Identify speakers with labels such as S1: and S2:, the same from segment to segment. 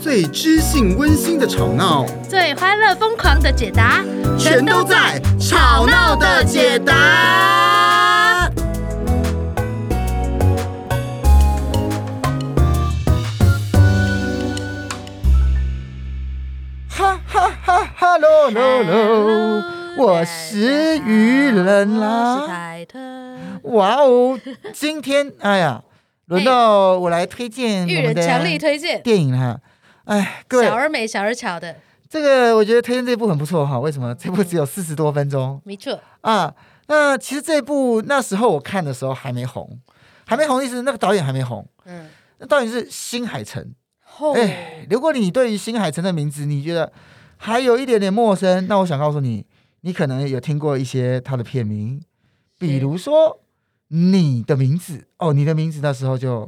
S1: 最知性温馨的吵闹，
S2: 最欢乐疯狂的解答，
S1: 全都在《吵闹的解答》。哈哈哈哈喽喽喽，我是愚人
S2: 我是
S1: 啦！
S2: 凯特。
S1: 哇哦，今天 哎呀，轮到我来推荐
S2: 玉
S1: 我们
S2: 人
S1: 的
S2: 强力推荐，
S1: 电影啦。哎，各位
S2: 小，而美，小而巧的，
S1: 这个我觉得推荐这部很不错哈。为什么？ 这部只
S2: 嗯
S1: 有四十多分钟
S2: 没错。
S1: 啊。那其实这部那时候我看的时候还没红，还没红的意思是那个导演还没红，
S2: 嗯，
S1: 那导演是新海诚。
S2: 后
S1: 哎，如果你对于新海诚的名字你觉得还有一点点陌生，那我想告诉你，你可能有听过一些他的片名，比如说《你的名字》哦，《你的名字》那时候就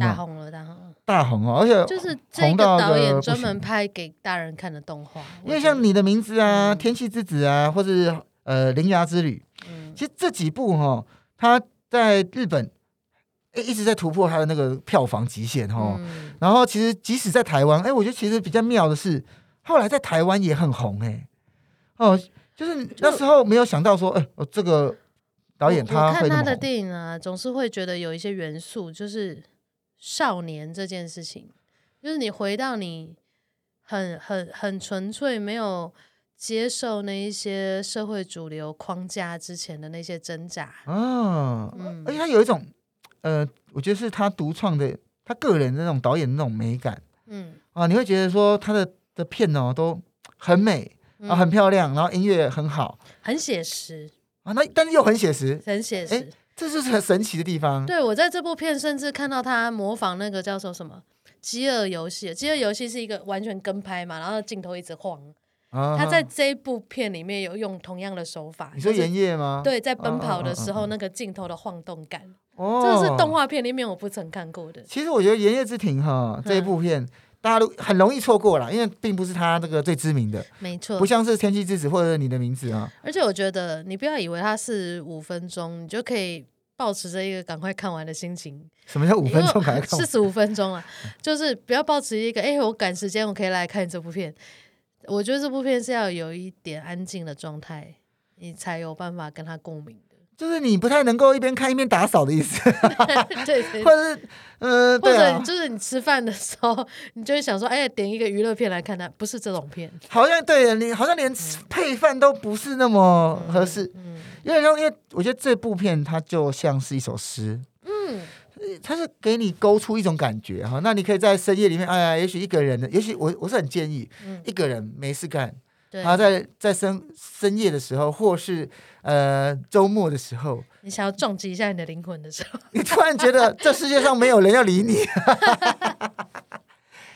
S1: 有没有
S2: 大红了，大红了。
S1: 大红哦，而且
S2: 就是这
S1: 红
S2: 个
S1: 到
S2: 导
S1: 一个
S2: 演
S1: 不
S2: 专
S1: 行
S2: 门拍给大人看的动画，
S1: 因为像你的名字啊、
S2: 嗯
S1: 天气之子啊，或是呃铃芽之旅，
S2: 嗯，
S1: 其实这几部哈、哦，它在日本诶一直在突破它的那个票房极限哦。
S2: 嗯
S1: 然后其实即使在台湾，哎，我觉得其实比较妙的是，后来在台湾也很红哎。哦，就是那时候没有想到说，呃，哦这个导演
S2: 我我
S1: 他
S2: 看
S1: 会那
S2: 他
S1: 么
S2: 的
S1: 红。
S2: 电影啊，总是会觉得有一些元素，就是少年这件事情，就是你回到你很很很纯粹，没有接受那一些社会主流框架之前的那些挣扎。
S1: 啊，
S2: 嗯
S1: 而且他有一种，呃，我觉得是他独创的，他个人的那种导演的那种美感。
S2: 嗯，
S1: 啊，你会觉得说它的的片哦都很美啊，
S2: 嗯
S1: 很漂亮，然后音乐很好
S2: 很写实，
S1: 啊，那但是又很写实，
S2: 很写
S1: 诶
S2: 实。
S1: 这就是很神奇的地方。
S2: 对我在这部片甚至看到他模仿那个叫做什么《饥饿游戏》，《饥饿游戏》是一个完全跟拍嘛，然后镜头一直晃。
S1: 啊
S2: 他在这一部片里面有用同样的手法，
S1: 你说
S2: 就是
S1: 原夜吗？，
S2: 对，在奔
S1: 嗯
S2: 跑
S1: 嗯
S2: 的
S1: 嗯
S2: 时候
S1: 嗯
S2: 那个镜头的晃动感，
S1: 哦
S2: 这个是动。画片里面我不曾看过的。
S1: 其实我觉得《言叶之庭》
S2: 嗯
S1: 哈这一部片，大家都很容易错过啦，因为并不是它这个最知名的，
S2: 没错
S1: 不，像是《天气之子》或者《你的名字》啊。
S2: 而且我觉得你不要以为它是五分钟，你就可以保持着一个赶快看完的心情，
S1: 什么叫五分钟赶快看
S2: 四
S1: 完？
S2: 十五分钟啊，就是不要保持一个哎、我赶时间，我可以来看这部片。我觉得这部片是要有一点安静的状态，你才有办法跟他共鸣的。
S1: 就是你不太能够一边看一边打扫的意思，
S2: 对 对
S1: 或者是呃，
S2: 或
S1: 对
S2: 者
S1: 啊，
S2: 就是你吃饭的时候，你就会想说，哎、点一个娱乐片来看它，不是这种片。
S1: 好像对你好像连配饭都不是那么合适。
S2: 嗯
S1: 有点像，因为我觉得这部片它就像是一首诗，
S2: 嗯，
S1: 呃它是给你勾出一种感觉哈。那你可以在深夜里面，哎呀，也许一个人的，也许我我是很建议，
S2: 嗯
S1: 一个人没事干，
S2: 对
S1: 然后在在深深夜的时候，或是呃周末的时候，
S2: 你想要撞击一下你的灵魂的时候，
S1: 你突然觉得这世界上没有人要理你，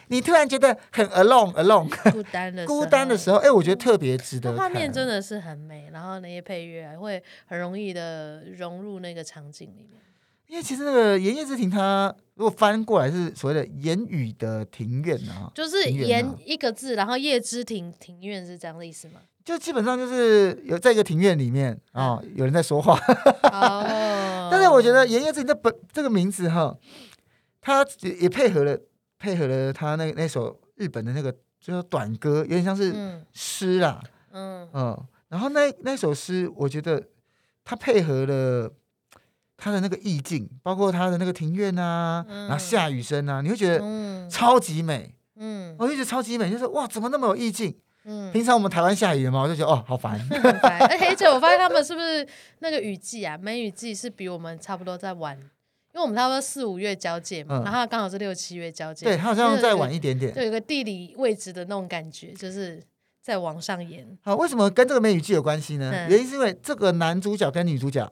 S1: 你突然觉得很 alone alone
S2: 孤单 的
S1: 孤单的时候，哎，我觉得特别值
S2: 候，
S1: 得
S2: 啊那
S1: 看。
S2: 画面真的是很美，然后那些配乐啊会很容易的融入那个场景里面。
S1: 因为其实那个《言叶之庭》，它如果翻过来是所谓的言语的庭院啊，
S2: 就是
S1: 庭院
S2: 言
S1: 啊
S2: 一个字，然后叶之庭庭院是这样的意思吗？
S1: 就基本上就是有在一个庭院里面啊、
S2: 嗯
S1: 哦有人在说话。
S2: 哦，
S1: 但是我觉得言叶之庭的本这个名字哈，它也也配合了配合了他那那首日本的那个就是短歌，有点像是
S2: 嗯
S1: 诗啦，
S2: 嗯
S1: 嗯然后那那首诗，我觉得它配合了。它的那个意境，包括它的那个庭院啊，
S2: 嗯
S1: 然后下雨声啊，你会觉得
S2: 嗯
S1: 超级美。
S2: 嗯
S1: 我就觉得超级美，就是哇，怎么那么有意境？
S2: 嗯，
S1: 平常我们台湾下雨嘛，我就觉得哦，好烦。
S2: 很白。 而且而且我发现他们是不是那个雨季啊？梅雨季是比我们差不多在晚，因为我们差不多四五月交界嘛，
S1: 嗯
S2: 然后刚好是六七月交界，
S1: 对，它好像再晚
S2: 一。
S1: 一点点
S2: 就。有个地理位置的那种感觉，就是在往上延。
S1: 好，为什么跟这个梅雨季有关系呢？
S2: 嗯
S1: 原因是因为这个男主角跟女主角，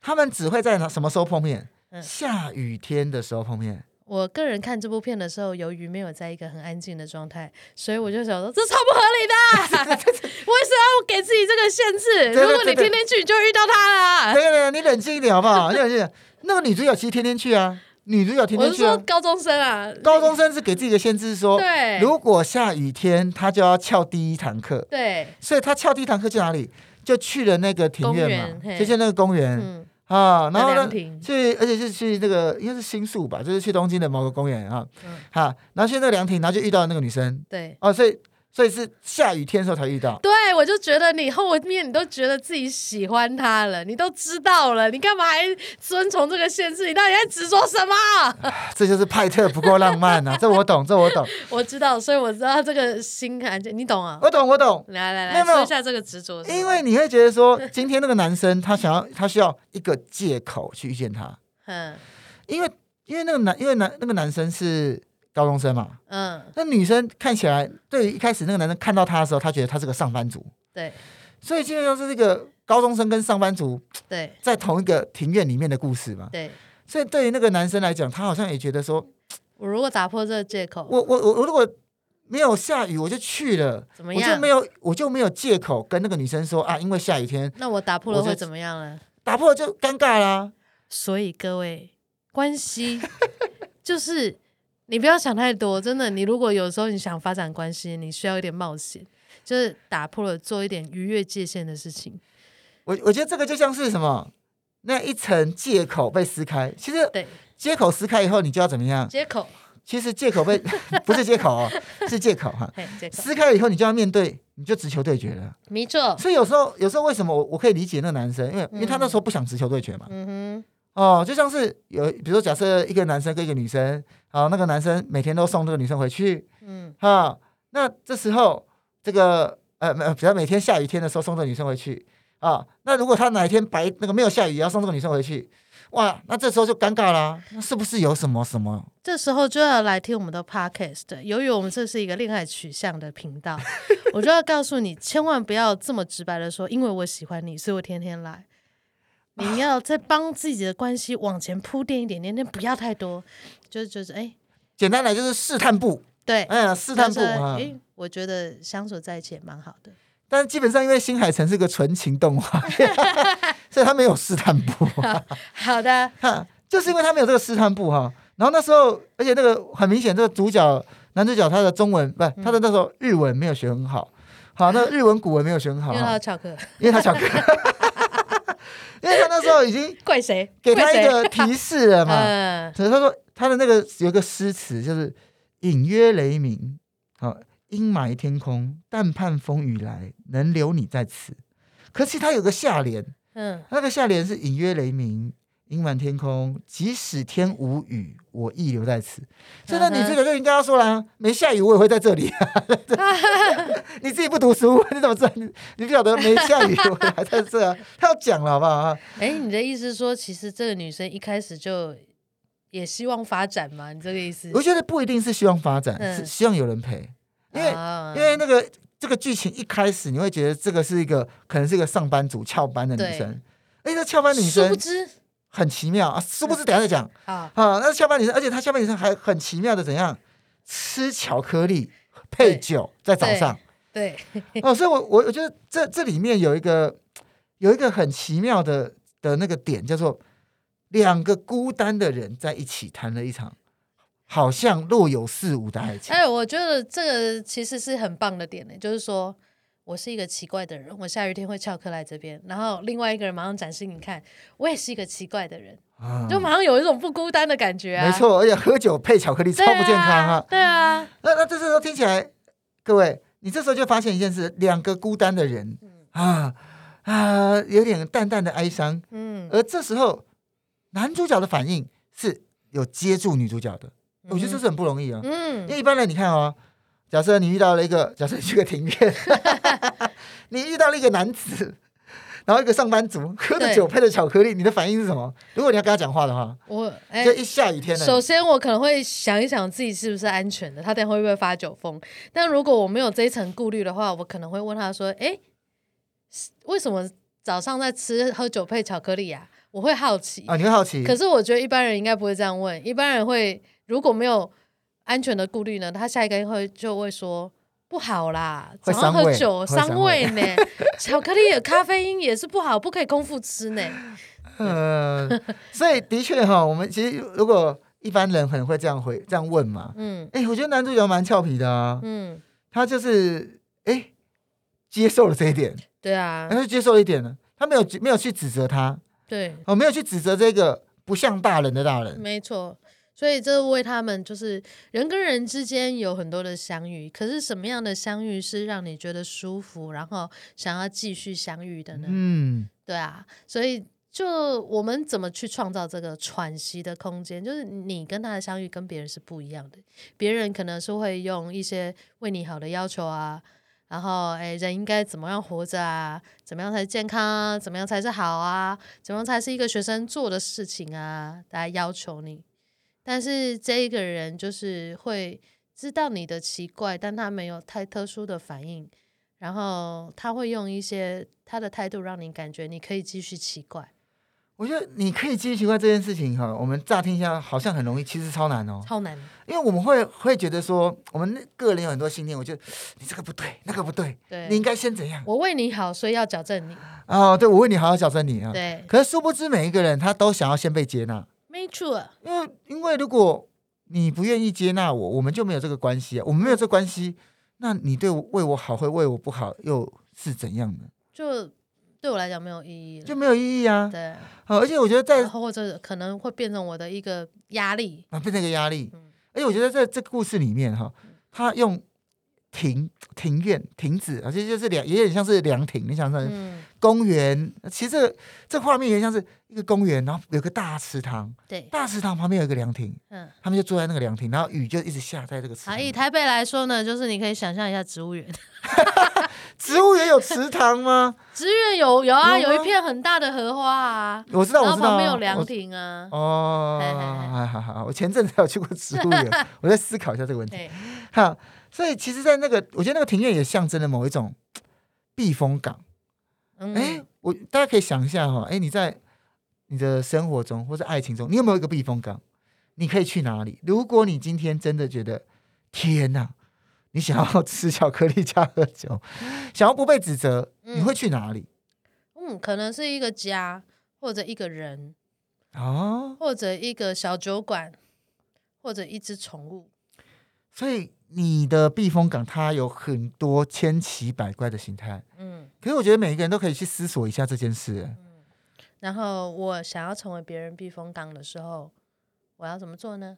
S1: 他们只会在哪什么时候碰面？
S2: 嗯
S1: 下雨天的时候碰面。
S2: 我个人看这部片的时候，由于没有在一个很安静的状态，所以我就想说，这超不合 理的，啊为什么要给自己这个限
S1: 对
S2: 制？
S1: 对
S2: 如果你
S1: 对对
S2: 天天去，你就遇到他了。
S1: 对对对，你冷静一点好不好？你冷静一点。那个女主角其实天天去啊，女主角天
S2: 我
S1: 天
S2: 是
S1: 去
S2: 说
S1: 啊。
S2: 高中生啊，
S1: 高中生是给自己的限制说，
S2: 对
S1: 如果下雨天，他就要翘第一堂课。
S2: 对，
S1: 所以他翘第一堂课去哪里？就去了那个庭
S2: 公
S1: 院
S2: 园
S1: 嘛，
S2: 嘿
S1: 就去那个公园。
S2: 嗯，
S1: 啊，然后
S2: 凉
S1: 呢
S2: 亭
S1: 去，而且是去那个应该是新宿吧，就是去东京的某个公园啊，
S2: 嗯，
S1: 哈、然后去那个凉亭，然后就遇到那个女生
S2: 对。
S1: 哦，所以所以是下雨天的时候才遇到，
S2: 对，我就觉得你后面你都觉得自己喜欢他了，你都知道了，你干嘛还遵从这个限制？你到底在执着什么？
S1: 这就是派特不够浪漫呐、啊这我懂，这我懂，
S2: 我知道，所以我知道这个心感觉，你懂啊？
S1: 我懂，我懂。
S2: 来来
S1: 没
S2: 来，
S1: 有没有
S2: 说一下这个执着是什么，
S1: 因为你会觉得说，今天那个男生他想要，他需要一个借口去遇见他，
S2: 嗯
S1: 因为因为那个男，因为男那个男生是高中生嘛，
S2: 嗯，
S1: 那女生看起来对于一开始那个男生看到他的时候，他觉得他是个上班族，
S2: 对
S1: 所以基本上是这个高中生跟上班族
S2: 对
S1: 在同一个庭院里面的故事嘛，
S2: 对，
S1: 所以对于那个男生来讲，他好像也觉得说，
S2: 我如果打破这个借口，
S1: 我我我我如果没有下雨我就去了，
S2: 怎么
S1: 我就
S2: 样
S1: 没？有我就没有借口跟那个女生说啊，因为下雨天
S2: 那我打破了
S1: 我就
S2: 会怎么样呢？
S1: 打破了就尴尬啦、
S2: 所以各位，关 系就是你不要想太多，真的。你如果有时候你想发展关系，你需要一点冒险，就是打破了做一点逾越界限的事情。
S1: 我我觉得这个就像是什么，那一层借口被撕开。其实
S2: 对，
S1: 借口撕开以后，你就要怎么样？
S2: 接口，
S1: 其实借口被 不是借口哦，是借口哈。
S2: 嘿，接口，
S1: 撕开了以后，你就要面对，你就直球对决了。
S2: 没错。
S1: 所以有时候，有时候为什么我我可以理解那个男生，因为、因为他那时候不想直球对决嘛。
S2: 嗯
S1: 哦，就像是有，比如说假设一个男生跟一个女生，啊、那个男生每天都送这个女生回去，
S2: 哼，嗯
S1: 啊，那这时候这个呃，没有比如每天下雨天的时候送这个女生回去啊，那如果他哪一天白那个没有下雨也要送这个女生回去，哇，那这时候就尴尬啦，那是不是有什么什么？
S2: 这时候就要来听我们的 podcast。由于我们这是一个恋爱取向的频道， 我就要告诉你，千万不要这么直白的说，因为我喜欢你，所以我天天来。你要再帮自己的关系往前铺垫一点点，但不要太多，就是就是，哎、
S1: 简单来就是试探步，
S2: 对，
S1: 哎呀，试探步啊
S2: 哎、。诶我觉得相处在一起也蛮好的。
S1: 但基本上因为新海诚是个纯情动画， 所以他没有试探步、
S2: 好的，
S1: 哈，就是因为他没有这个试探部哈。然后那时候，而且那个很明显，这个主角男主角他的中文不，他的那时候日文没有学很好，好，那个日文古文没有学很好
S2: 因为
S1: 哈，
S2: 他的巧克 力，
S1: 因为他想， 因为他那时候已经
S2: 怪谁？
S1: 给
S2: 怪
S1: 他一
S2: 谁
S1: 个提示了 嘛。
S2: 嗯，
S1: 所以他说他的那个有一个诗词就是“隐约雷鸣，好、阴霾天空，但盼风雨来，能留你在此。”可是他有个下联，
S2: 嗯，
S1: 那个下联是“隐约雷鸣，阴霾天空，即使天无雨，我亦留在
S2: 嗯
S1: 此。”所以那女主角就应该要说啦：“没下雨我也会在这里、啊。 对”你自己不读书，你怎么知道？你你不晓得没下雨我还在这啊？他要讲了好不好啊？
S2: 哎、你的意思是说，其实这个女生一开始就也希望发展吗？你这个意思？
S1: 我觉得不一定是希望发展，
S2: 嗯
S1: 是希望有人陪，因为、
S2: 啊
S1: 因为那个这个剧情一开始你会觉得这个是一个可能是一个上班族翘班的女
S2: 对
S1: 生，而且这翘班女
S2: 殊不
S1: 生
S2: 知
S1: 很奇妙啊，殊不知等一下再讲。
S2: 啊，
S1: 啊，那下半女生，而且她下半女生还很奇妙的怎样，吃巧克力配
S2: 对
S1: 酒在早
S2: 对
S1: 上
S2: 对，
S1: 哦，所以我我我觉得这这里面有一个有一个很奇妙的的那个点，叫做两个孤单的人在一起谈了一场好像若有似无的爱情。
S2: 哎、我觉得这个其实是很棒的点呢、就是说我是一个奇怪的人，我下雨天会翘课来这边，然后另外一个人马上展示给你看，我也是一个奇怪的人，
S1: 啊
S2: 嗯就马上有一种不孤单的感觉啊，
S1: 没，错，而且喝酒配巧克力超不健康啊！
S2: 对啊，
S1: 那那这时候听起来，各位，你这时候就发现一件事：两个孤单的人
S2: 嗯
S1: 啊啊，有点淡淡的哀伤。
S2: 嗯，
S1: 而这时候，男主角的反应是有接住女主角的，我觉得这是很不容易啊。因
S2: 嗯，
S1: 为一般人，你看哦，假设你遇到了一个，假 设你去个庭院， 你遇到了一个男子，然后一个上班族，喝着
S2: 对
S1: 酒配着巧克力，你的反应是什么？如果你要跟他讲话的话，
S2: 我哎
S1: 就。一下雨天呢，
S2: 首先，我可能会想一想自己是不是安全的，他等下会不会发酒疯。但如果我没有这一层顾虑的话，我可能会问他说：“哎、是为什么早上在吃喝酒配巧克力呀、我会好奇。
S1: 啊，你会好奇，
S2: 可是我觉得一般人应该不会这样问，一般人会如果没有安全的顾虑呢，他下一个会就会说不好啦，
S1: 会
S2: 早
S1: 伤
S2: 上喝
S1: 胃
S2: 酒
S1: 会
S2: 伤
S1: 伤
S2: 胃
S1: 胃
S2: 呢， 巧克力有咖啡因也是不好，不可以空腹吃呢。
S1: 嗯，所以的确哈，我们其实如果一般人可能会这样回这样问嘛，
S2: 嗯
S1: 哎、我觉得男主角蛮俏皮的啊，
S2: 嗯，
S1: 他就是哎、诶接受了这一点，
S2: 对啊
S1: 嗯他，就接受了一点了，他没有没有去指责他，
S2: 对，
S1: 我没有去指责这个不像大人的大人。
S2: 没错，所以这为他们就是人跟人之间有很多的相遇，可是什么样的相遇是让你觉得舒服，然后想要继续相遇的呢？
S1: 嗯，
S2: 对啊，所以就我们怎么去创造这个喘息的空间，就是你跟他的相遇跟别人是不一样的，别人可能是会用一些为你好的要求啊。然后，哎，人应该怎么样活着啊？怎么样才健康啊？怎么样才是好啊？怎么样才是一个学生做的事情啊？大家要求你，但是这一个人就是会知道你的奇怪，但他没有太特殊的反应，然后他会用一些他的态度让你感觉你可以继续奇怪，
S1: 我觉得你可以继续奇怪这件事情哈，我们乍听一下好像很容易，其实超难哦，
S2: 超难。
S1: 因为我们会会觉得说，我们个人有很多信念，我觉得你这个不对，那个不对，
S2: 对，
S1: 你应该先怎样
S2: 我为你好，所以要矫正你。
S1: 啊、对我为你好好矫正你啊。
S2: 对，
S1: 可是殊不知，每一个人他都想要先被接纳，
S2: 没错，
S1: 因为因为如果你不愿意接纳我，我们就没有这个关系啊，我们没有这关系，那你对我为我好，会为我不好，又是怎样的？
S2: 就对我来讲没有意义
S1: 就
S2: 了。
S1: 没有意义啊。
S2: 对，
S1: 好，而且我觉得在
S2: 然后或者可能会变成我的一个压力。
S1: 啊变成一个压力
S2: 嗯，
S1: 而且我觉得在这个故事里面哈，他用庭庭院停止，而且就是凉，也有点像是凉亭，你想想
S2: 嗯，
S1: 公园，其实这这画面也像是一个公园，然后有个大池塘，
S2: 对，
S1: 大池塘旁边有一个凉亭，
S2: 嗯。
S1: 他们就坐在那个凉亭，然后雨就一直下在这个池
S2: 好，
S1: 塘。
S2: 以台北来说呢，就是你可以想象一下植物园，
S1: 植物园有池塘吗？
S2: 植物园有有啊，
S1: 有
S2: 有
S1: 吗
S2: 一片很大的荷花啊，
S1: 我知道，我
S2: 然后
S1: 知道啊，
S2: 旁边有凉
S1: 我
S2: 亭啊，
S1: 哦
S2: 嘿嘿嘿，
S1: 好好好，我前阵子还有去过植物园， 我在思考一下这个问题。
S2: 对，
S1: 哈，所以其实，在那个，我觉得那个庭院也象征了某一种避风港。哎、
S2: 嗯，
S1: 我大家可以想一下哈、哎、你在你的生活中或者爱情中，你有没有一个避风港？你可以去哪里？如果你今天真的觉得天哪、你想要 吃巧克力加喝酒，想要不被指责，你
S2: 嗯
S1: 会去哪里？
S2: 嗯，可能是一个家或者一个人，
S1: 哦，
S2: 或者一个小酒馆，或者一只宠物。
S1: 所以你的避风港它有很多千奇百怪的形态。
S2: 嗯，
S1: 可是我觉得每一个人都可以去思索一下这件事。哎
S2: 然后我想要成为别人避风港的时候，我要怎么做呢？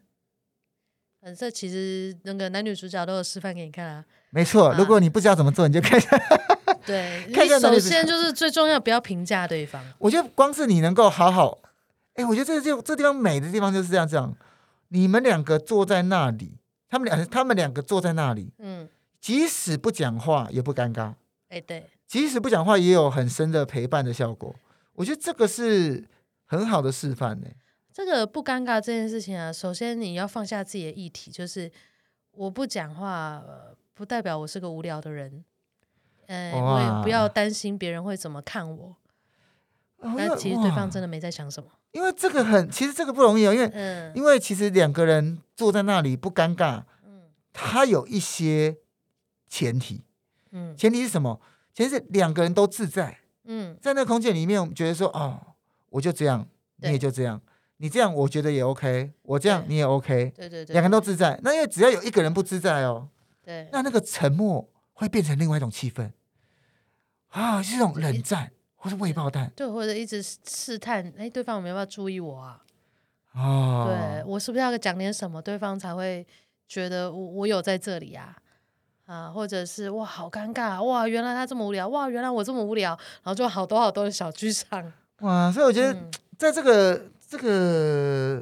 S2: 嗯，这其实那个男女主角都有示范给你 看啊。
S1: 没错，
S2: 啊
S1: 如果你不知道怎么做，你就看一下。
S2: 对，你
S1: 看看男
S2: 首
S1: 女主角
S2: 先就是最重要，不要评价对 方。
S1: 我觉得光是你能够好好，哎，我觉得这就这地方美的地方就是这样这样。你们两个坐在那里，他们两他们两个坐在那里，
S2: 嗯，
S1: 即使不讲话也不尴尬，
S2: 哎、对，
S1: 即使不讲话也有很深的陪伴的效果。我觉得这个是很好的示范呢、欸
S2: 这个不尴尬这件事情啊，首先你要放下自己的议题，就是我不讲话，呃不代表我是个无聊的人。呃，我也
S1: 哇
S2: 不要担心别人会怎么看我。
S1: 哦因
S2: 但
S1: 为
S2: 其实对
S1: 哇
S2: 方真的没在想什么。
S1: 因为这个很，其实这个不容易哦，因为
S2: 嗯
S1: 因为其实两个人坐在那里不尴尬，
S2: 嗯
S1: 它有一些前提，
S2: 嗯
S1: 前提是什么？前提是两个人都自在，
S2: 嗯，
S1: 在那个空间里面，我们觉得说，哦，我就这样，你
S2: 对
S1: 也就这样，你这样我觉得也 OK，我这样
S2: 对
S1: 你也 OK，
S2: 对对对，
S1: 两个人都自在。那因为只要有一个人不自在哦，
S2: 对
S1: 那那个沉默会变成另外一种气氛啊，是一种冷战或是未爆弹
S2: 对，或者一直试探，哎，对方有没有要注意我啊？
S1: 哦。
S2: 对我是不是要讲点什么，对方才会觉得我我有在这里啊？啊，或者是哇，好尴尬，啊哇，原来他这么无聊，哇，原来我这么无聊，然后就好多好多的小剧场。
S1: 哇，所以我觉得
S2: 嗯
S1: 在这个、这个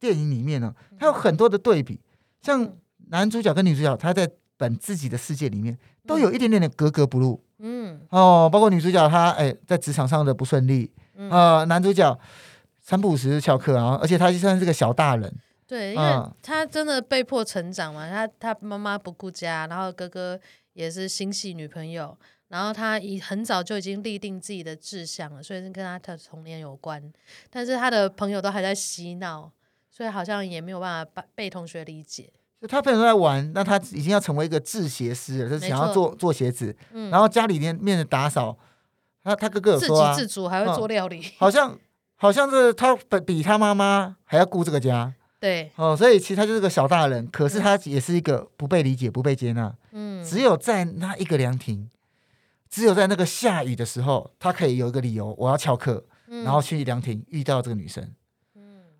S1: 电影里面呢、它有很多的对比，像
S2: 嗯
S1: 男主角跟女主角，他在本自己的世界里面都有一点点的格格不入。
S2: 嗯
S1: 哦，包括女主角她哎、在职场上的不顺利，
S2: 嗯
S1: 呃，男主角三不五时就翘课啊，而且他就算是个小大人，
S2: 对，因为
S1: 嗯
S2: 他真的被迫成长嘛，他他妈妈不顾家，然后哥哥也是心系女朋友，然后他已很早就已经立定自己的志向了，所以是跟他的童年有关。但是他的朋友都还在嬉闹，所以好像也没有办法被被同学理解。
S1: 就他朋友都在玩，那他已经要成为一个制鞋师了，就是
S2: 没
S1: 想要
S2: 错
S1: 做做鞋子，
S2: 嗯，
S1: 然后家里面面的打扫，他他哥哥有
S2: 自
S1: 说
S2: 给
S1: 啊，
S2: 自足，还会做料理。
S1: 好像好像是他比比他妈妈还要顾这个家
S2: 对，
S1: 哦，所以其实他就是个小大人，可是他也是一个不被理解、不被接纳，
S2: 嗯，
S1: 只有在那一个凉亭，只有在那个下雨的时候，他可以有一个理由，我要翘课，
S2: 嗯
S1: 然后去凉亭遇到这个女生。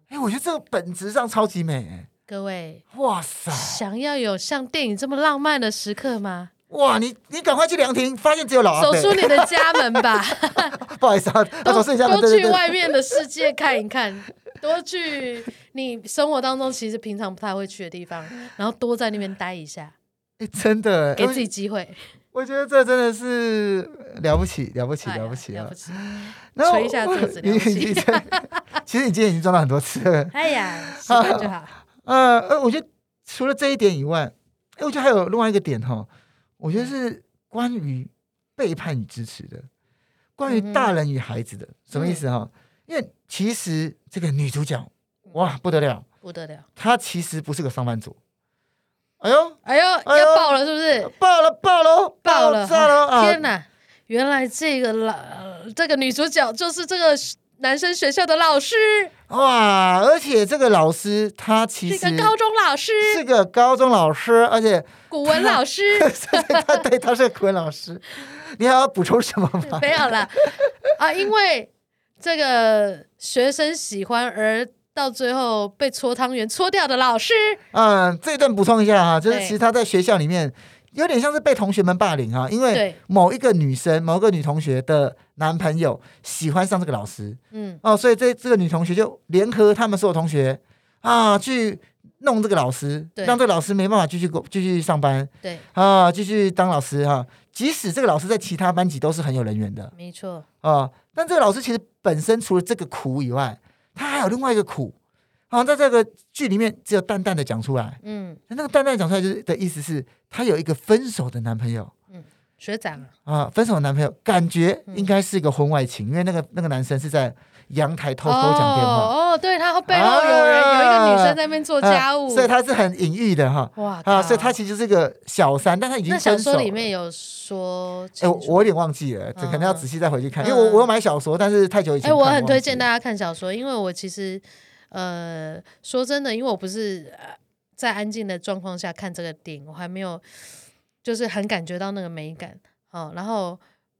S1: 哎，我觉得这个本质上超级美、哎
S2: 各位
S1: 哇塞，
S2: 想要有像电影这么浪漫的时刻吗？
S1: 哇！你你赶快去凉亭，发现只有老阿
S2: 走出
S1: 伯。
S2: 你的家门吧，
S1: 不好意思啊，啊
S2: 多
S1: 走出你家门，
S2: 多
S1: 对对
S2: 去
S1: 对，
S2: 外面的世界看一看， 多去你生活当中其实平常不太会去的地方，然后多在那边待一 下，
S1: 哎真的，
S2: 给
S1: 我
S2: 自己机会。
S1: 我觉得这真的是了不起，了不起，
S2: 哎呀
S1: 了不起
S2: 了
S1: 啊
S2: 不！起！
S1: 那
S2: 捶一
S1: 我
S2: 下桌子
S1: 你
S2: 了 不
S1: 你
S2: 起
S1: 这其实你今天已经赚到很多次了。
S2: 哎呀，习惯就好。
S1: 呃呃，我觉得除了这一点以外，哎，我觉得还有另外一个点哈，我觉得是关于背叛与支持的，关
S2: 嗯
S1: 于大人与孩子的，什么意思哈？因为其实这个女主角哇不得了，
S2: 不得了！
S1: 她其实不是个上班族。哎呦，
S2: 哎呦，
S1: 哎呦
S2: 要爆了是不是？
S1: 爆了爆了
S2: 爆了！
S1: 炸了
S2: 啊
S1: 啊！
S2: 天哪，原来这个老、呃这个女主角就是这个男生学校的老师，
S1: 哇！而且这个老师他其
S2: 是
S1: 实
S2: 个高中老师，
S1: 是个高中老师，而且
S2: 古文老师。
S1: 他对他是个国文老师。你还要补充什么吗？
S2: 没有啦，啊，因为这个学生喜欢而到最后被搓汤圆搓掉的老师，
S1: 嗯，这一段补充一下哈，就是
S2: 对
S1: 其实他在学校里面有点像是被同学们霸凌哈，因为
S2: 对
S1: 某一个女生、某个女同学的男朋友喜欢上这个老师
S2: 嗯，
S1: 哦，所以这这个女同学就联合他们所有同学啊去弄这个老师，
S2: 对
S1: 让这个老师没办法继续工继续上班
S2: 对，
S1: 啊，继续当老师哈、即使这个老师在其他班级都是很有人缘的
S2: 没错，
S1: 啊，但这个老师其实本身除了这个苦以外，他还有另外一个苦啊，在这个剧里面只有淡淡的讲出来。
S2: 嗯，
S1: 那个蛋蛋讲出来就是的意思是，她有一个分手的男朋友
S2: 学长啊，
S1: 啊，分手的男朋友感觉
S2: 嗯
S1: 应该是一个婚外情，因为那个那个男生是在阳台偷偷讲电话，
S2: 哦哦，对，他背后有人、
S1: 啊
S2: 有一个女生在那边做家务，
S1: 啊所以他是很隐喻的哈
S2: 哇靠
S1: 啊，所以他其实是个小三，但他已经
S2: 那
S1: 分
S2: 小
S1: 手
S2: 说
S1: 了。
S2: 里面有说
S1: 哎、
S2: 清
S1: 我
S2: 楚，
S1: 我有点忘记了，这
S2: 嗯
S1: 可能要仔细再回去看，
S2: 嗯
S1: 因为我我有买小说，但是太久以前
S2: 哎、
S1: 看了。
S2: 我很推荐大
S1: 家。
S2: 家看小说，因为我其实，呃，说真的，因为我不是呃在安静的状况下看这个电影，我还没有就是很感觉到那个美感。哦，然后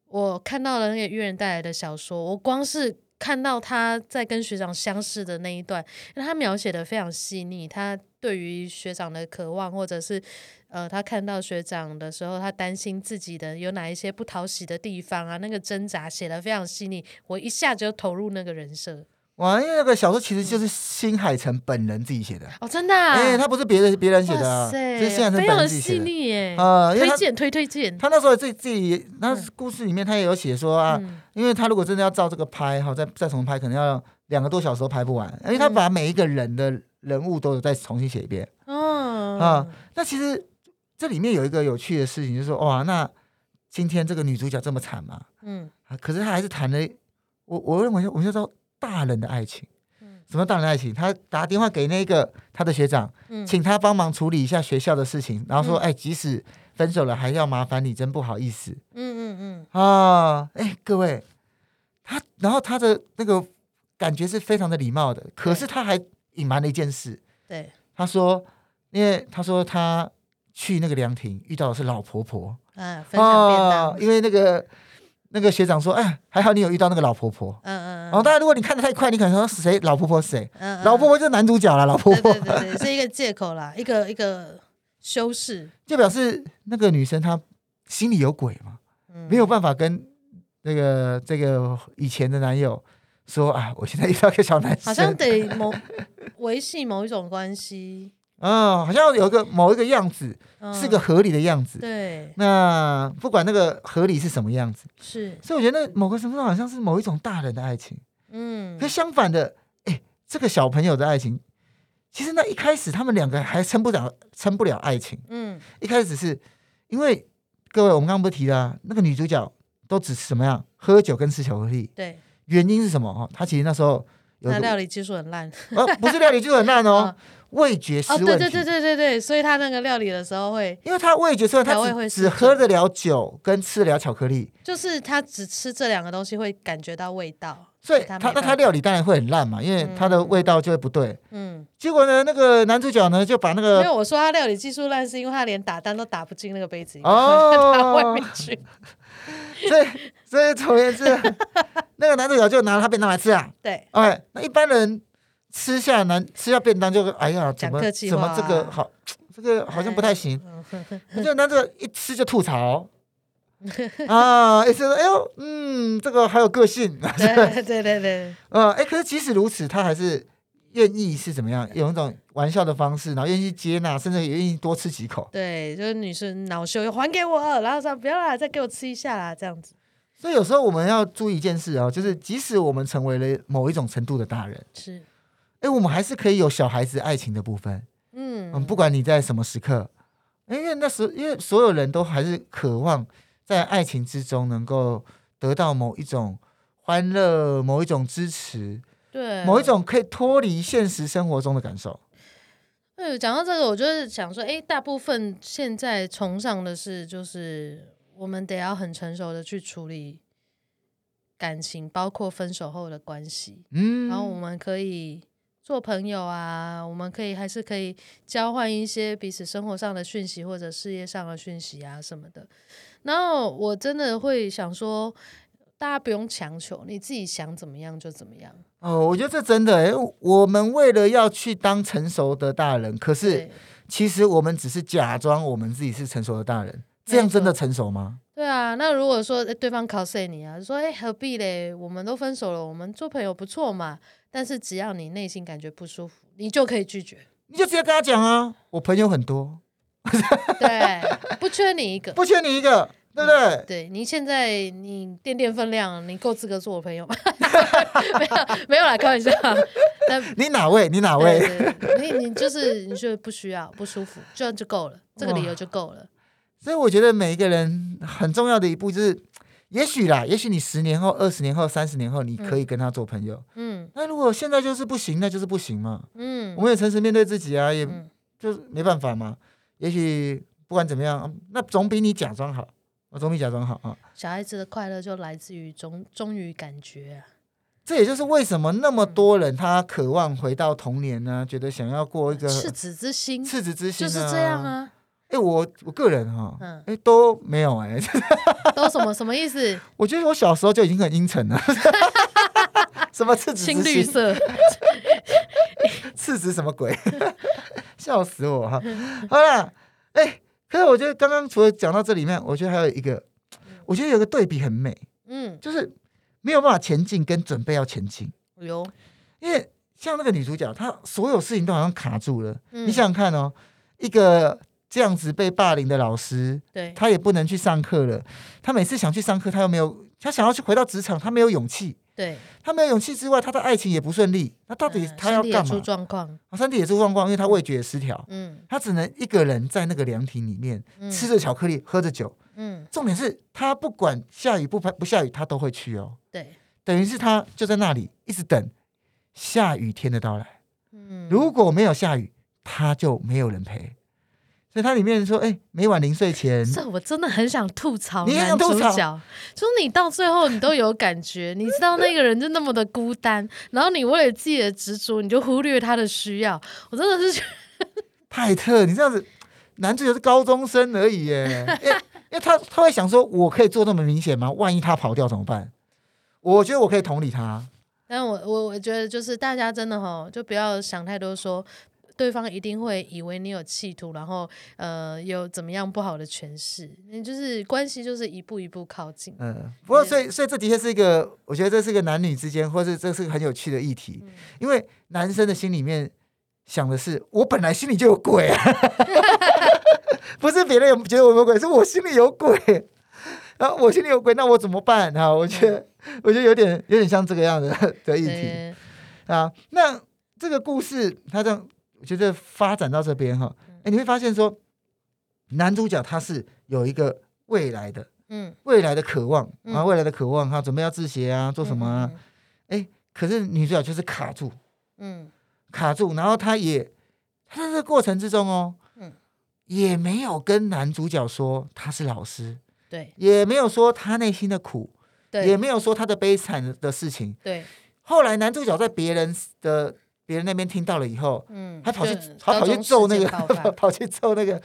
S2: 我看到了那个愚人带来的小说，我光是看到他在跟学长相识的那一段，因为他描写的非常细腻，他对于学长的渴望，或者是呃，他看到学长的时候，他担心自己的有哪一些不讨喜的地方啊，那个挣扎写的非常细腻，我一下就投入那个人设
S1: 哇，因为那个小说其实就是新海诚本人自己写的，
S2: 哦，真的、啊，
S1: 哎、他不是别人别人写的、
S2: 哇
S1: 啊，
S2: 塞，
S1: 是新海诚
S2: 非
S1: 本
S2: 常
S1: 人
S2: 的
S1: 自己
S2: 细
S1: 写的。
S2: 腻耶，
S1: 呃，因为
S2: 推
S1: 他
S2: 荐推推荐，
S1: 他那时候自己自己，那故事里面他也有写说啊，
S2: 嗯
S1: 因为他如果真的要照这个拍哈，再再重拍，可能要两个多小时都拍不完，因为他把每一个人的人物都有再重新写一遍。
S2: 嗯
S1: 啊那其实这里面有一个有趣的事情，就是说哇，那今天这个女主角这么惨嘛，
S2: 嗯
S1: 啊，可是她还是谈了，我我认为我们叫做大人的爱情
S2: 嗯。
S1: 什么大人的爱情？她打电话给那个她的学长，
S2: 嗯，
S1: 请他帮忙处理一下学校的事情，然后说：“
S2: 嗯
S1: 哎，即使分手了，还要麻烦你，真不好意思。”
S2: 嗯嗯嗯，
S1: 啊，哎、各位，他然后他的那个感觉是非常的礼貌的，可是他还隐瞒了一件事，
S2: 对，
S1: 他说，因为他说他去那个凉亭遇到的是老婆婆，
S2: 啊，分享便当，
S1: 啊因为那个那个学长说，哎，还好你有遇到那个老婆婆。
S2: 嗯嗯，
S1: 然后、
S2: 嗯
S1: 大家如果你看得太快，你可能说是谁老婆婆是谁，
S2: 嗯，
S1: 哦老婆婆就是男主角了，老婆
S2: 对
S1: 婆
S2: 对对对，是一个借口啦，一个一个修饰，
S1: 就表示那个女生她心里有鬼嘛。
S2: 嗯，
S1: 没有办法跟那个这个以前的男友说啊，我现在遇到个小男生，
S2: 好像得某维系某一种关系，
S1: 嗯，好像有一个某一个样子
S2: 嗯、
S1: 是个合理的样子。
S2: 对，
S1: 那不管那个合理是什么样子，
S2: 是，
S1: 所以我觉得某个程度上好像是某一种大人的爱情。
S2: 嗯
S1: 可，相反的，哎，这个小朋友的爱情，其实那一开始他们两个还称不了称不了爱情，
S2: 嗯，
S1: 一开始是因为各位我们刚刚不是提了、啊，那个女主角都只是怎么样喝酒跟吃巧克力，
S2: 对，
S1: 原因是什么？哦，他其实那时候有一
S2: 那
S1: 个
S2: 料理技术很烂，
S1: 呃，不是料理就很烂哦
S2: 嗯。
S1: 味觉思
S2: 哦，
S1: 问题。
S2: 对对对对对对，所以他那个料理的时候会，
S1: 因为他味觉虽然他
S2: 调味
S1: 只
S2: 会
S1: 只
S2: 失
S1: 喝
S2: 准
S1: 得了酒跟吃得了巧克力，
S2: 就是他只吃这两个东西会感觉到味道，
S1: 所以
S2: 他
S1: 他那
S2: 没办
S1: 他
S2: 法
S1: 料理当然会很烂嘛，因为它的味道就会不对。
S2: 嗯，
S1: 结果呢，那个男主角呢就把那
S2: 没
S1: 个
S2: 有我说他料理技术烂，是因为他连打蛋都打不进那个杯子里面， 打外
S1: 哦
S2: 面，去，
S1: 所以所以总而言之， 那个男主角就拿他便当来吃啊。
S2: 对，
S1: 哎，那一般人吃下难吃下便当就哎呀，怎
S2: 讲
S1: 么
S2: 客气
S1: 怎么
S2: 话啊哎嗯
S1: 这个好，这个好像不太行。就那这个一吃就吐 槽啊，一吃说哎呦，嗯，这个好有个性。
S2: 对对对对，
S1: 呃，哎，可是即使如此，他还是愿意是怎么样，用一种玩笑的方式，然后愿意接纳，甚至也愿意多吃几口。
S2: 对，就是女生恼羞，还给我，然后说不要啦，再给我吃一下啦，这样子
S1: 所以有时候我们要注意一件事哦，就是即使我们成为了某一种程度的大人，
S2: 吃，
S1: 哎，我们还是可以有小孩子爱情的部分。嗯，
S2: 嗯，
S1: 不管你在什么时刻，因为那时因为所有人都还是渴望在爱情之中能够得到某一种欢乐、某一种支持、
S2: 对，
S1: 某一种可以脱离现实生活中的感受。
S2: 对，讲到这个，我就是想说，诶，大部分现在崇尚的是，就是我们得要很成熟的去处理感情，包括分手后的关系。
S1: 嗯，
S2: 然后我们可以做朋友啊，我们可以还是可以交换一些彼此生活上的讯息或者事业上的讯息啊什么的。然后我真的会想说，大家不用强求，你自己想怎么样就怎么样。
S1: 哦，我觉得这真的、欸，我们为了要去当成熟的大人，可是
S2: 对
S1: 其实我们只是假装我们自己是成熟的大人，这样真的成熟吗？
S2: 对啊，那如果说、诶对方 cos 你啊，说哎、诶何必嘞？我们都分手了，我们做朋友不错嘛。但是只要你内心感觉不舒服，你就可以拒绝。
S1: 你就直接跟他讲啊，我朋友很多，
S2: 对，不缺你一个。
S1: 不缺你一个，对不对？
S2: 对你现在你垫垫分量，你够资格做我朋友吗？ 没有没有啦，开 玩笑。那
S1: 你哪位？你哪位？
S2: 对对你你就是你觉得不需要不舒服，这样就够了，这个理由就够了。
S1: 所以我觉得每一个人很重要的一步就是，也许啦，也许你十年后、二十年后、三十年后，你可以跟他做朋友。
S2: 嗯
S1: 那如果现在就是不行，那就是不行嘛。
S2: 嗯
S1: 我们也诚实面对自己啊，也
S2: 嗯
S1: 就是没办法嘛。也许不管怎么样，嗯那总比你假装好，我总比假装好啊。
S2: 小孩子的快乐就来自于忠忠于感觉啊。
S1: 这也就是为什么那么多人他渴望回到童年呢、觉得想要过一个
S2: 赤子之心
S1: 啊赤子之心、
S2: 就
S1: 啊，
S2: 是这样。啊，
S1: 哎，我我个人哈、
S2: 嗯
S1: 哎都没有哎、
S2: 都什么什么 意思？
S1: 我觉得我小时候就已经很阴沉了。 什么赤子之
S2: 青绿
S1: 心
S2: 色，
S1: 赤子什么鬼？ 笑死我哈！好啦，哎、可是我觉得刚刚除了讲到这里面，我觉得还有一个，我觉得有个对比很美，
S2: 嗯，
S1: 就是没有办法前进跟准备要前进，
S2: 有，
S1: 因为像那个女主角，她所有事情都好像卡住了。
S2: 嗯
S1: 你想想看哦，一个这样子被霸凌的老师，
S2: 对，
S1: 她也不能去上课了。她每次想去上课，她又没有，她想要去回到职场，她没有勇气。
S2: 对，
S1: 他没有勇气之外，他的爱情也不顺利。那到底
S2: 嗯
S1: 他
S2: 身
S1: 要
S2: 体也
S1: 干
S2: 出
S1: 嘛？
S2: 状况，
S1: 啊身体也出状况，因为他味觉也失调，
S2: 嗯
S1: 他只能一个人在那个凉亭里面
S2: 嗯
S1: 吃着巧克力，喝着酒。
S2: 嗯，
S1: 重点是他不管下雨不不下雨，他都会去哦。
S2: 对，
S1: 等于是他就在那里一直等下雨天的到来。
S2: 嗯，
S1: 如果没有下雨，他就没有人陪。所以他里面说，哎，每晚零碎前，
S2: 这我真的很想吐槽
S1: 你也
S2: 男
S1: 想
S2: 主
S1: 吐槽
S2: 角，就是你到最后你都有感觉，你知道那个人就那么的孤单，然后你为了自己的执着，你就忽略他的需要。我真的是觉得
S1: 派特，你这样子，男主角是高中生而已耶，因为因为他他会想说，我可以做那么明显吗？万一他跑掉怎么办？我觉得我可以同理他，
S2: 但我我我觉得就是大家真的哈，就不要想太多说。对方一定会以为你有企图，然后呃有怎么样不好的诠释，你就是关系就是一步一步靠近。
S1: 嗯，不过所以所以这的确是一个，我觉得这是一个男女之间，或是这是个很有趣的议题，因为男生的心里面想的是，我本来心里就有鬼啊，不是别人有觉得我有鬼，是我心里有鬼。然后我心里有鬼，那我怎么办？哈，我觉得，我觉得有点有点像这个样的的议题。
S2: 对，
S1: 啊，那这个故事它这样，我觉得发展到这边哈，
S2: 嗯
S1: 哎、你会发现说，男主角他是有一个未来的
S2: 嗯，
S1: 未来的渴望
S2: 嗯
S1: 啊，未来的渴望，他准备要自学啊，做什么啊？哎、可是女主角就是卡住，
S2: 嗯？嗯，
S1: 卡住，然后她也他在这个过程之中哦，
S2: 嗯
S1: 也没有跟男主角说他是老师，
S2: 对
S1: 也没有说他内心的苦，也
S2: 对
S1: 没有说他的悲惨的事情。
S2: 对，
S1: 后来男主角在别人的别人那边听到了以后，
S2: 嗯，
S1: 他跑去
S2: 就
S1: 他跑
S2: 高
S1: 去
S2: 中
S1: 揍那
S2: 事
S1: 个
S2: 件爆 发
S1: 跑去揍那个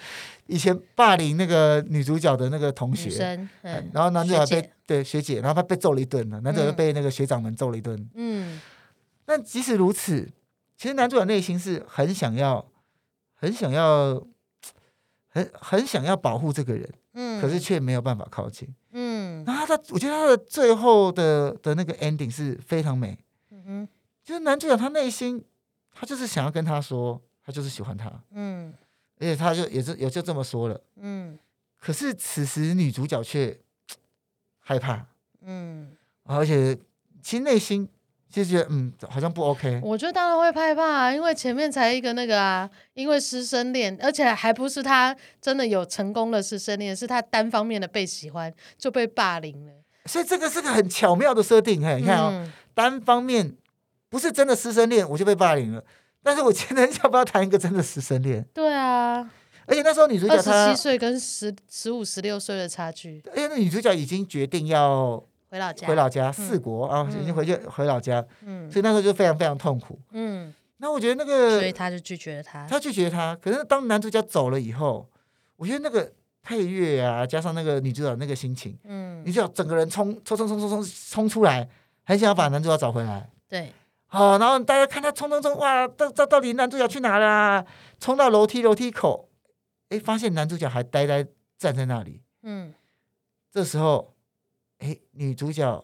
S1: 以前霸凌那个女主角的那个同
S2: 女
S1: 学，
S2: 生，
S1: 哎
S2: 嗯，
S1: 然后男主角
S2: 学
S1: 被
S2: 姐
S1: 对学姐，然后他被揍了一顿了，男主角就
S2: 嗯
S1: 被那个学长们揍了一顿。
S2: 嗯
S1: 但即使如此，其实男主角内心是很想要，很想要。很很想要保护这个人，
S2: 嗯，
S1: 可是却没有办法靠近。
S2: 嗯
S1: 然后他的，我觉得他的最后的的那个 ending 是非常美，
S2: 嗯哼
S1: 就是男主角他内心，他就是想要跟他说，他就是喜欢他，
S2: 嗯
S1: 而且他就也就也就这么说了。
S2: 嗯
S1: 可是此时女主角却害怕，
S2: 嗯，
S1: 而且其实内心就觉得嗯，好像不 OK。
S2: 我觉得当然会害怕啊，因为前面才一个那个啊，因为师生恋，而且还不是他真的有成功的师生恋，是他单方面的被喜欢就被霸凌了。
S1: 所以这个是个很巧妙的设定，嘿，你看啊、哦，
S2: 嗯
S1: 单方面不是真的师生恋，我就被霸凌了。但是我真的 要不要谈一个真的师生恋？
S2: 对啊，
S1: 而且那时候女主
S2: 二
S1: 角
S2: 十
S1: 她
S2: 七，岁跟十十五、十六岁的差距，
S1: 而且那女主角已经决定要
S2: 回老家，
S1: 回老家四国啊，已经回去回老家，
S2: 嗯
S1: 所以那时候就非常非常痛苦。
S2: 嗯，
S1: 那我觉得那
S2: 所以
S1: 个
S2: 他就拒绝了他。
S1: 他拒绝他，可是当男主角走了以后，我觉得那个配乐啊，加上那个女主角那个心情，
S2: 嗯
S1: 女，主角整个人冲冲冲冲冲冲冲出来，很想要把男主角找回来。
S2: 对，
S1: 好、然后大家看他冲冲冲，哇，到到到底男主角去哪啦、冲到楼梯楼梯口，哎，发现男主角还呆呆站在那里。
S2: 嗯，
S1: 这时候，哎，女主角，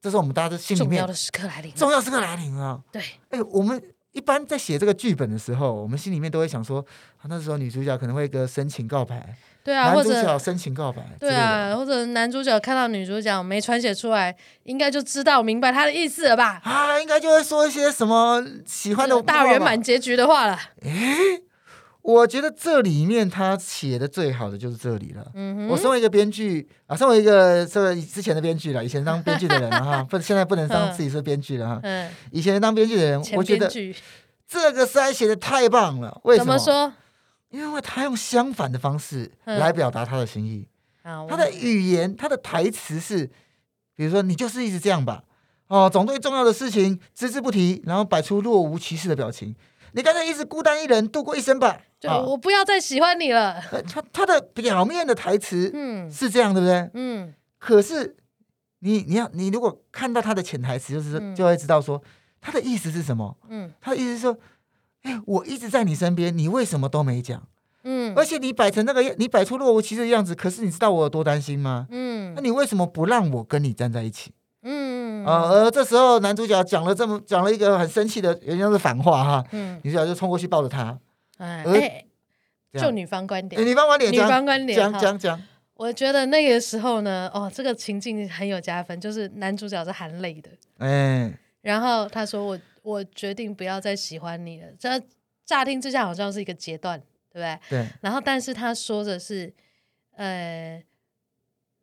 S1: 这时候我们大家都心里
S2: 重
S1: 面
S2: 要的时刻来临了。
S1: 重要时刻来临了。
S2: 对，
S1: 哎、我们一般在写这个剧本的时候，我们心里面都会想说，啊、那时候女主角可能会一个深情告白，
S2: 对啊，
S1: 男
S2: 或
S1: 主角
S2: 者
S1: 深情告白之类
S2: 对
S1: 的，
S2: 啊，或者男主角看到女主角没穿鞋出来，应该就知道明白他的意思了吧？
S1: 啊，应该就会说一些什么喜欢的
S2: 大
S1: 话
S2: 圆
S1: 吧
S2: 满。结局的话了。
S1: 我觉得这里面他写的最好的就是这里了。
S2: 嗯
S1: 我
S2: 哼，
S1: 身为一个编剧啊，身为一个这个之前的编剧了，以前当编剧的人了 哈，不，现在不能当自己是编剧了哈。
S2: 嗯，
S1: 以前当编剧的人，
S2: 前
S1: 我觉
S2: 编
S1: 得
S2: 剧
S1: 这个塞写的太棒了。为什
S2: 怎么说？
S1: 因为他用相反的方式
S2: 嗯
S1: 来表达他的心意。
S2: 啊，我
S1: 他的语言，他的台词是，比如说你就是一直这样吧，哦，总对重要的事情只字不提，然后摆出若无其事的表情。你干脆一直孤单一人度过一生吧。
S2: 就
S1: 啊
S2: 我不要再喜欢你了。
S1: 呃他他的表面的台词
S2: 嗯
S1: 是这样，对不对？
S2: 嗯
S1: 可是你你要你如果看到他的潜台词，就是说
S2: 嗯
S1: 就会知道说他的意思是什么。
S2: 嗯
S1: 他的意思是说，哎，我一直在你身边，你为什么都没讲？
S2: 嗯
S1: 而且你摆成那个样，你摆出若无其事的样子，可是你知道我有多担心吗？那
S2: 嗯
S1: 你为什么不让我跟你站在一起？
S2: 嗯
S1: 啊、而这时候男主角讲了这么讲了一个很生气的，原像是反话哈，
S2: 嗯，
S1: 女主角就冲过去抱着他，
S2: 哎
S1: 呃
S2: 哎，
S1: 这
S2: 就
S1: 样
S2: 女方观
S1: 哎
S2: 点，
S1: 你帮我脸
S2: 女
S1: 讲
S2: 方观点
S1: 讲
S2: 哈
S1: 讲讲，
S2: 我觉得那个时候呢，哦，这个情境很有加分，就是男主角是含泪的。
S1: 哎，
S2: 然后他说我我决定不要再喜欢你了。这乍听之下好像是一个阶段，对不对？
S1: 对，
S2: 然后但是他说的是，呃，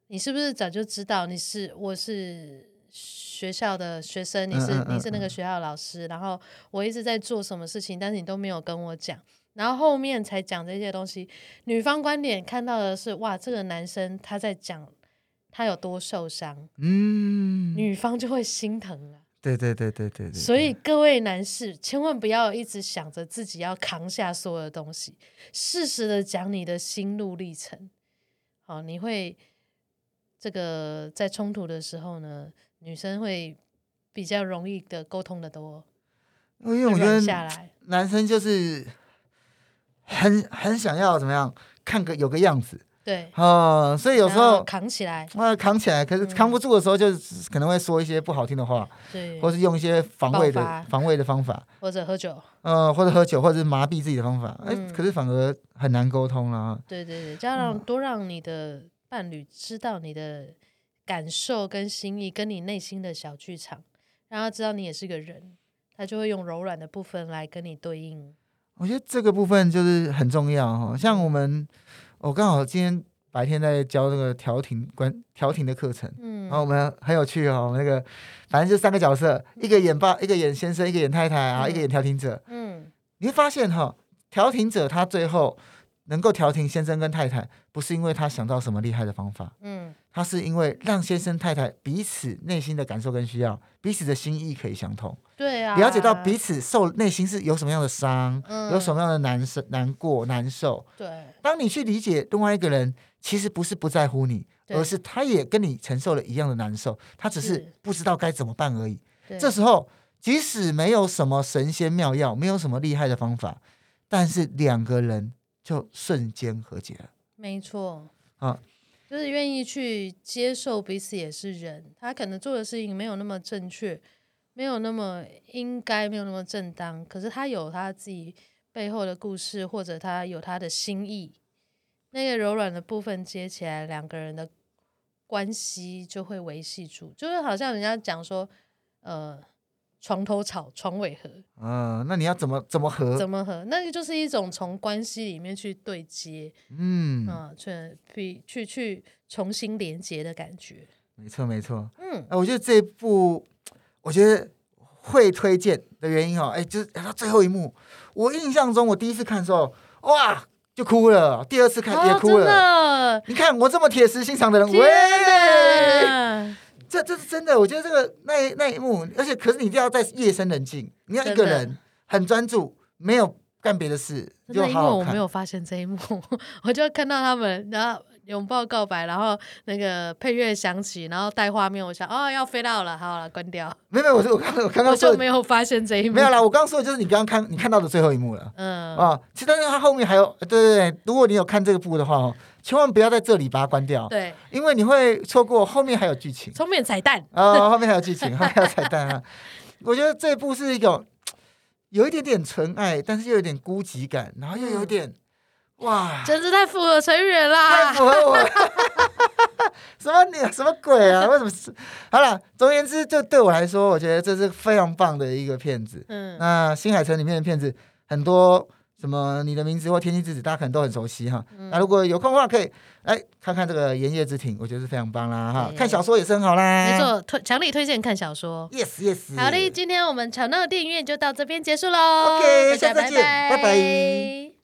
S2: 你是不是早就知道你是我是学校的学生，你是
S1: 嗯嗯嗯
S2: 你是那个学校的老师，然后我一直在做什么事情，但是你都没有跟我讲。然后后面才讲这些东西，女方观点看到的是，哇，这个男生他在讲他有多受伤，
S1: 嗯，
S2: 女方就会心疼啊。
S1: 对对对对对对，
S2: 所以各位男士，千万不要一直想着自己要扛下所有的东西，适时的讲你的心路历程。好，你会这个在冲突的时候呢，女生会比较容易的沟通的多，
S1: 因为
S2: 会
S1: 我觉
S2: 软下
S1: 得
S2: 来。
S1: 男生就是很很想要怎么样，看个有个样子
S2: 对，
S1: 啊、所以有时
S2: 然后
S1: 候。
S2: 扛嗯起来，
S1: 啊，扛起来，可是扛不住的时候，就是可能会说一些不好听的话，
S2: 对，
S1: 或是用一些防卫
S2: 爆发
S1: 的防卫的方法，
S2: 或者喝酒，
S1: 呃，或者喝酒，或者是麻痹自己的方法，哎、
S2: 嗯
S1: 可是反而很难沟通了啊。
S2: 对对对，这样让多让你的伴侣知道你的感受跟心意，跟你内心的小剧场，让他知道你也是个人，他就会用柔软的部分来跟你对应。
S1: 我觉得这个部分就是很重要哈、哦，像我们，我刚好今天白天在教那个调停关调停的课程，
S2: 嗯
S1: 然后我们很有趣哦，我们那个反正就三个角色，一个演爸，一个演先生，一个演太太啊，
S2: 嗯
S1: 一个演调停者，
S2: 嗯
S1: 你会发现哈、调停者他最后能够调停先生跟太太，不是因为他想到什么厉害的方法，
S2: 嗯
S1: 他是因为让先生太太彼此内心的感受跟需要，彼此的心意可以相通，
S2: 对啊，
S1: 了解到彼此受内心是有什么样的伤，
S2: 嗯
S1: 有什么样的难受、难过、难受。
S2: 对
S1: 当你去理解另外一个人，其实不是不在乎你，
S2: 对
S1: 而是他也跟你承受了一样的难受，他只
S2: 是
S1: 是不知道该怎么办而已。
S2: 对，
S1: 这时候，即使没有什么神仙妙药，没有什么厉害的方法，但是两个人就瞬间和解了。
S2: 没错
S1: 啊，
S2: 就是愿意去接受彼此也是人，他可能做的事情没有那么正确，没有那么应该，没有那么正当，可是他有他自己背后的故事，或者他有他的心意，那个柔软的部分接起来，两个人的关系就会维系住，就是好像人家讲说，呃，床头吵，床尾和，
S1: 嗯、那你要怎么怎么和？
S2: 怎么和？那个就是一种从关系里面去对接，
S1: 嗯，
S2: 嗯，去比去去重新连接的感觉。
S1: 没错没错。
S2: 嗯，
S1: 啊，我觉得这部，我觉得会推荐的原因哦，哎，就是它最后一幕，我印象中我第一次看的时候，哇，就哭了；第二次看也
S2: 哦，
S1: 哭
S2: 真
S1: 了。
S2: 的，
S1: 你看我这么铁石心肠的人，
S2: 天
S1: 喂，
S2: 哪，
S1: 这这是真的。我觉得这个那一那一幕，而且可是你一定要在夜深人静，你要一
S2: 真
S1: 个
S2: 的
S1: 人很专注，没有干别的事，
S2: 真
S1: 就
S2: 的，因为
S1: 好好
S2: 我没
S1: 看。
S2: 有发现这一幕， 我就看到他们，然后。拥抱告白，然后那个配乐响起，然后带画面，我想哦要飞到了，好了，关掉，
S1: 没有没有，我是我刚我刚
S2: 我
S1: 刚说
S2: 就
S1: 的
S2: 没有发现这一幕。
S1: 没有啦，我刚刚说的就是你刚刚看你看到的最后一幕了。
S2: 嗯，
S1: 啊、其实但是它后面还有，对对对，如果你有看这个部的话哦，千万不要在这里把它关掉，
S2: 对，
S1: 因为你会错过后面还有剧 情
S2: 充满彩蛋，
S1: 啊、后面还有剧情，后面还有彩蛋啊。我觉得这部是一种有一点点纯爱，但是又有点孤寂感，然后又有点、哇，
S2: 嗯真是太符合成员啦
S1: 太。符合我了。 什么你什么鬼啊？为什么是？好了，总而言之，就对我来说，我觉得这是非常棒的一个片子。
S2: 嗯，
S1: 那新海诚里面的片子很多，什么你的名字或天气之子，大家可能都很熟悉哈。
S2: 嗯
S1: 那如果有空的话，可以来看看这个《炎夜之庭》，我觉得是非常棒啦哈。
S2: 对
S1: 看小说也是很好啦。
S2: 嗯没错，推强力推荐看小说。
S1: ，yes yes。
S2: 好嘞，今天我们吵闹电影院就到这边结束喽。
S1: OK，
S2: 大家
S1: 下次再见
S2: 拜
S1: 拜拜